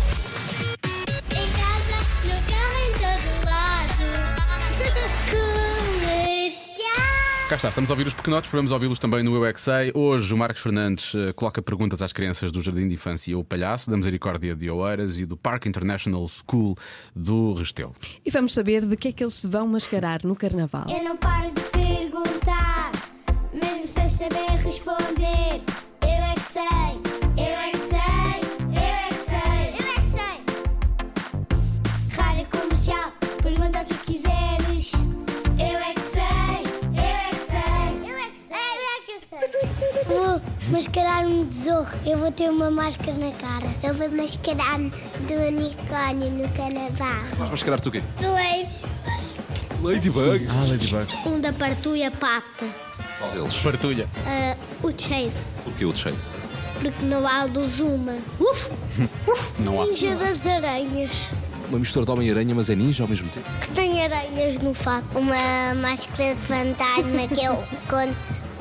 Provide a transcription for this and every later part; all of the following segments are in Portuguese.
Cá está, estamos a ouvir os pequenotes, vamos ouvi-los também no Eu é Que Sei. Hoje o Marcos Fernandes eh, coloca perguntas às crianças do Jardim de Infância O Palhaço, da Misericórdia de Oeiras e do Parque International School do Restelo. E vamos saber de que é que eles se vão mascarar no carnaval. Eu não paro de perguntar, mesmo sem saber responder. Eu é que sei, eu é que sei, eu é que sei, eu é que sei. Rádio comercial, pergunta o que quiseres. Eu é que sei, eu é que sei, eu é que sei, eu é que sei. Vou mascarar-me de zorro, eu vou ter uma máscara na cara. Eu vou mascarar-me do unicórnio no carnaval. Vais mascarar-te o quê? Tu és Ladybug. Ah, Ladybug. um da partuia pata. Qual deles? Partilha. Ah, o Chase, O que o de cheio? porque não há o do Zuma. Uf! Uf! Não há. Ninja das aranhas, Uma mistura de Homem-Aranha, mas é ninja ao mesmo tempo. que tem aranhas no fato. Uma máscara de fantasma que eu, quando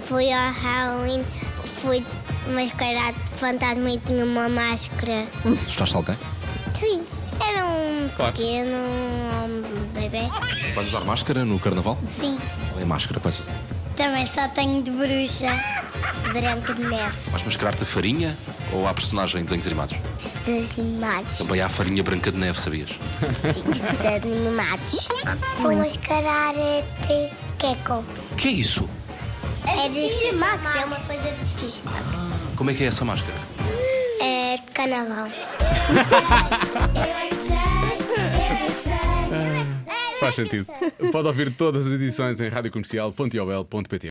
fui ao Halloween, fui mascarado de fantasma e tinha uma máscara. Assustaste alguém? Sim, era um pequeno um bebê. Vais usar máscara no carnaval? Sim, Qual é a máscara que vais usar? também só tenho de bruxa. Branca de neve, Vais mascarar-te a farinha ou a personagem de desenhos animados? desanimados. Também há a farinha branca de neve, sabias? desanimados. Vou mascarar de Keko. O que é isso? É de Max, é uma coisa de Max. Como é que é essa máscara? É de canalão. Eu é que sei, eu é que sei, eu é que sei. Ah, Faz sentido. Pode ouvir todas as edições em radiocomercial.iobel.pt